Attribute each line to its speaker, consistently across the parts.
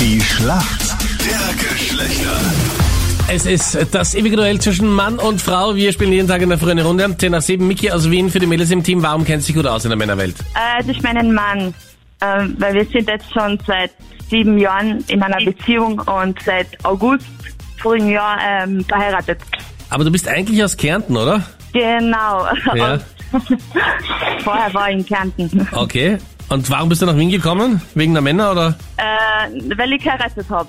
Speaker 1: Die Schlacht der Geschlechter.
Speaker 2: Es ist das ewige Duell zwischen Mann und Frau. Wir spielen jeden Tag in der frühen Runde. 10 nach 7. Miki aus Wien für die Mädels im Team. Warum kennst du dich gut aus in der Männerwelt?
Speaker 3: Äh, durch meinen Mann, ähm, weil wir sind jetzt schon seit sieben Jahren in einer Beziehung und seit August vorigen Jahr ähm, verheiratet.
Speaker 2: Aber du bist eigentlich aus Kärnten, oder?
Speaker 3: Genau.
Speaker 2: Ja.
Speaker 3: Und vorher war ich in Kärnten,
Speaker 2: Okay. Und warum bist du nach Wien gekommen? Wegen der Männer, oder?
Speaker 3: äh, weil ich geheiratet habe.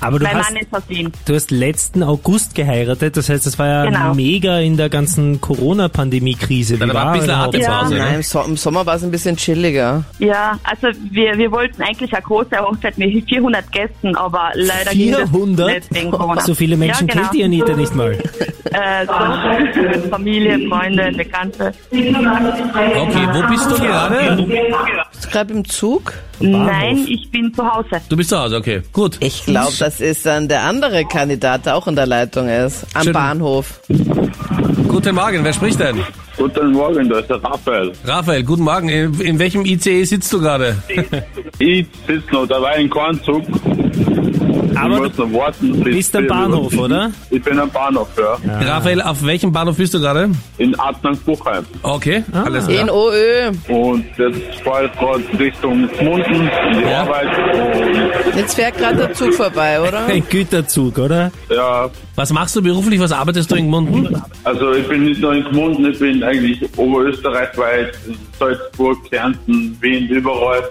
Speaker 4: Aber du
Speaker 3: mein
Speaker 4: hast,
Speaker 3: Mann ist aus Wien.
Speaker 4: du hast letzten August geheiratet, das heißt, das war ja
Speaker 3: Genau.
Speaker 4: mega in der ganzen Corona-Pandemie-Krise.
Speaker 2: Da
Speaker 4: Wie
Speaker 2: war ein bisschen
Speaker 4: überhaupt-
Speaker 2: Atem zu
Speaker 3: Ja.
Speaker 2: Hause.
Speaker 5: Nein,
Speaker 2: Ne?
Speaker 5: im, so im Sommer war es ein bisschen chilliger.
Speaker 3: Ja, also wir, wir wollten eigentlich eine große Hochzeit mit 400 Gästen, aber leider ging das
Speaker 4: 400?
Speaker 3: nicht wegen Corona.
Speaker 4: So viele Menschen
Speaker 3: ja, genau.
Speaker 4: kennt ihr Anita nicht mal.
Speaker 3: Äh, so, Familie, Freunde, Bekannte.
Speaker 2: Okay, wo bist du gerade?
Speaker 5: Bist du gerade im Zug?
Speaker 3: Nein, ich bin zu Hause.
Speaker 2: Du bist zu Hause, okay. Gut.
Speaker 5: Ich glaube, das ist dann der andere Kandidat, der auch in der Leitung ist. Am
Speaker 2: Schön.
Speaker 5: Bahnhof.
Speaker 2: Guten Morgen. Wer spricht denn?
Speaker 6: Guten Morgen, da ist der Raphael.
Speaker 2: Raphael, guten Morgen. In, in welchem ICE sitzt du gerade?
Speaker 6: Ich sitze noch dabei in Kornzug.
Speaker 4: Aber
Speaker 6: ich muss noch warten. Bis
Speaker 4: bist am Bahnhof, oder?
Speaker 6: Ich bin am Bahnhof, ja.
Speaker 2: Raphael, auf welchem Bahnhof bist du gerade?
Speaker 6: In Adnang-Buchheim.
Speaker 2: Okay, alles
Speaker 5: In
Speaker 2: klar.
Speaker 5: OÖ.
Speaker 6: Und jetzt fahre ich gerade Richtung Munden in die
Speaker 2: Ja.
Speaker 6: Arbeit.
Speaker 5: Jetzt fährt gerade der Zug vorbei, oder?
Speaker 4: Ein Güterzug, oder?
Speaker 6: Und, ja,
Speaker 2: Was machst du beruflich? Was arbeitest du in Gmunden?
Speaker 6: also ich bin nicht nur in Gmunden, ich bin eigentlich oberösterreichweit, in Salzburg, Kärnten, Wien, überall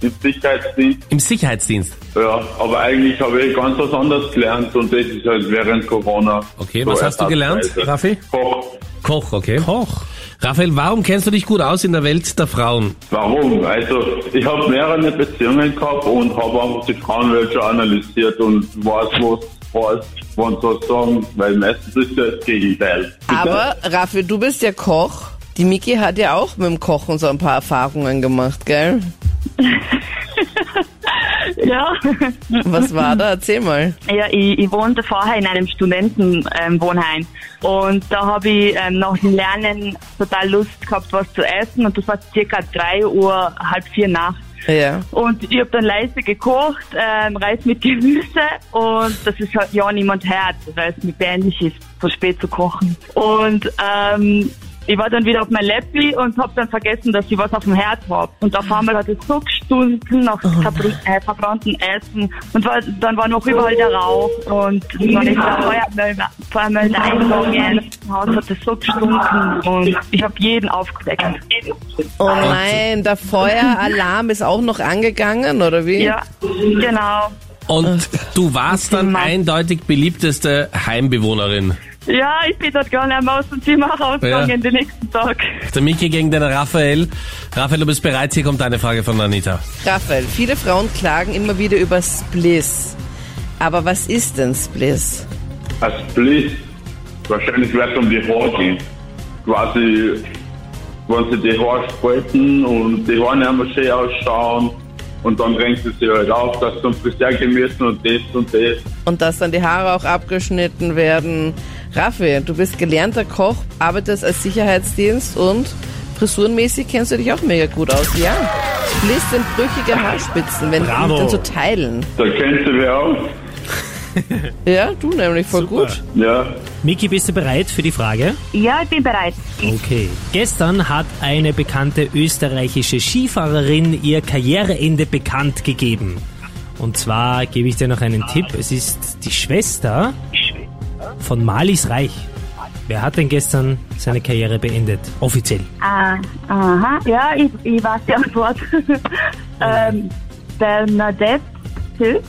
Speaker 6: im Sicherheitsdienst.
Speaker 2: Im Sicherheitsdienst.
Speaker 6: Ja, aber eigentlich habe ich ganz was anderes gelernt und das ist halt während Corona.
Speaker 2: Okay,
Speaker 6: so
Speaker 2: was hast du gelernt,
Speaker 6: ersatzweise.
Speaker 2: Raffi?
Speaker 6: Koch.
Speaker 2: Koch, okay. Koch. Raphael, warum kennst du dich gut aus in der Welt der Frauen?
Speaker 6: Warum? Also ich habe mehrere Beziehungen gehabt und habe einfach die Frauenwelt schon analysiert und weiß, was was wann so sagen, weil meistens ist ja das Gegenteil.
Speaker 5: Aber, Raffi, du bist ja Koch. Die Miki hat ja auch mit dem Kochen so ein paar Erfahrungen gemacht, gell?
Speaker 3: Ja.
Speaker 5: Was war da? Erzähl mal.
Speaker 3: Ja, ich, ich wohnte vorher in einem Studentenwohnheim und da habe ich ähm, nach dem Lernen total Lust gehabt, was zu essen und das war circa 3 Uhr, halb vier nachts.
Speaker 5: Ja.
Speaker 3: Und ich habe dann leise gekocht, ähm, Reis mit Gemüse und das ist halt ja niemand hört, weil es mit beendig ist, so spät zu kochen. Und ähm, ich war dann wieder auf mein Laptop und habe dann vergessen, dass ich was auf dem Herd habe. Und auf einmal hat es so gestunken nach verbr äh, verbranntem Essen und war, dann war noch überall der Rauch und es war nicht der Feuermelder, Feuermelder eingegangen. Im Haus hat es so gestunken und ich habe jeden aufgeweckt.
Speaker 5: Oh nein, der Feueralarm ist auch noch angegangen, oder wie?
Speaker 3: Ja, genau.
Speaker 2: Und du warst dann eindeutig beliebteste Heimbewohnerin.
Speaker 3: Ja, ich bin dort gar nicht mehr aus dem Zimmer rausgegangen
Speaker 2: Ja.
Speaker 3: den nächsten Tag.
Speaker 2: Der Mickey gegen den Raphael. Raphael, du bist bereit. Hier kommt eine Frage von Anita.
Speaker 5: Raphael, viele Frauen klagen immer wieder über Spliss. Aber was ist denn Spliss?
Speaker 6: Als Blitz, wahrscheinlich wird um die Haare gehen. Quasi, wenn sie die Haare spalten und die Haare nicht mehr schön ausschauen und dann drängt sie sich halt auf, dass sie zum Friseur gehen müssen und das und das.
Speaker 5: Und dass dann die Haare auch abgeschnitten werden. Raffi, du bist gelernter Koch, arbeitest als Sicherheitsdienst und frisurenmäßig kennst du dich auch mega gut aus. Ja, Spliss sind brüchige Haarspitzen, wenn
Speaker 4: Bravo.
Speaker 5: die dann so teilen.
Speaker 6: Da kennt sie wer auch.
Speaker 5: Ja, du nämlich voll gut.
Speaker 6: Ja,
Speaker 4: Miki, bist du bereit für die Frage?
Speaker 3: Ja, ich bin bereit.
Speaker 4: Okay. Gestern hat eine bekannte österreichische Skifahrerin ihr Karriereende bekannt gegeben. Und zwar gebe ich dir noch einen Tipp. Es ist die Schwester von Malis Reich. Wer hat denn gestern seine Karriere beendet? Offiziell.
Speaker 3: Ah, aha, ja, ich, ich weiß die Antwort. ähm, Bernadette Hill?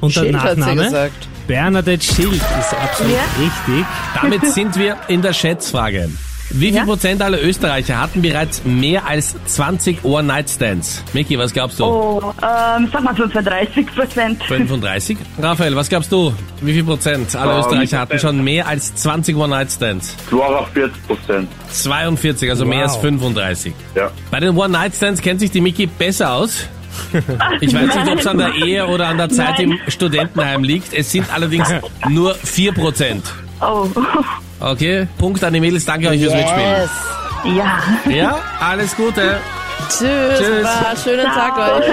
Speaker 4: Und der
Speaker 5: Schild hat sie
Speaker 4: Nachname?
Speaker 5: gesagt.
Speaker 4: Bernadette Schild ist absolut
Speaker 3: Ja.
Speaker 4: richtig.
Speaker 2: Damit sind wir in der Schätzfrage. Wie viel
Speaker 3: Ja?
Speaker 2: Prozent aller Österreicher hatten bereits mehr als 20 One-Night-Stands? Mickey, was glaubst du?
Speaker 3: Oh, ähm, sag mal 35 Prozent.
Speaker 2: 35? Raphael, was glaubst du? Wie viel Prozent aller
Speaker 6: Ähm,
Speaker 2: Österreicher hatten schon mehr als 20 One-Night-Stands?
Speaker 6: 42 Prozent.
Speaker 2: 42, also mehr
Speaker 4: Wow.
Speaker 2: als 35.
Speaker 6: Ja.
Speaker 2: Bei den One-Night-Stands kennt sich die Miki besser aus. Ich weiß nicht, ob es an der Ehe oder an der Zeit
Speaker 3: Nein.
Speaker 2: im Studentenheim liegt. Es sind allerdings nur 4%.
Speaker 3: Oh,
Speaker 2: Okay? Punkt an die Mädels. Danke euch fürs Mitspielen.
Speaker 5: Yes.
Speaker 3: ja.
Speaker 2: Ja? Alles Gute.
Speaker 5: Tschüss.
Speaker 2: Tschüss.
Speaker 5: Baba. Schönen Tag
Speaker 3: Ciao.
Speaker 5: euch.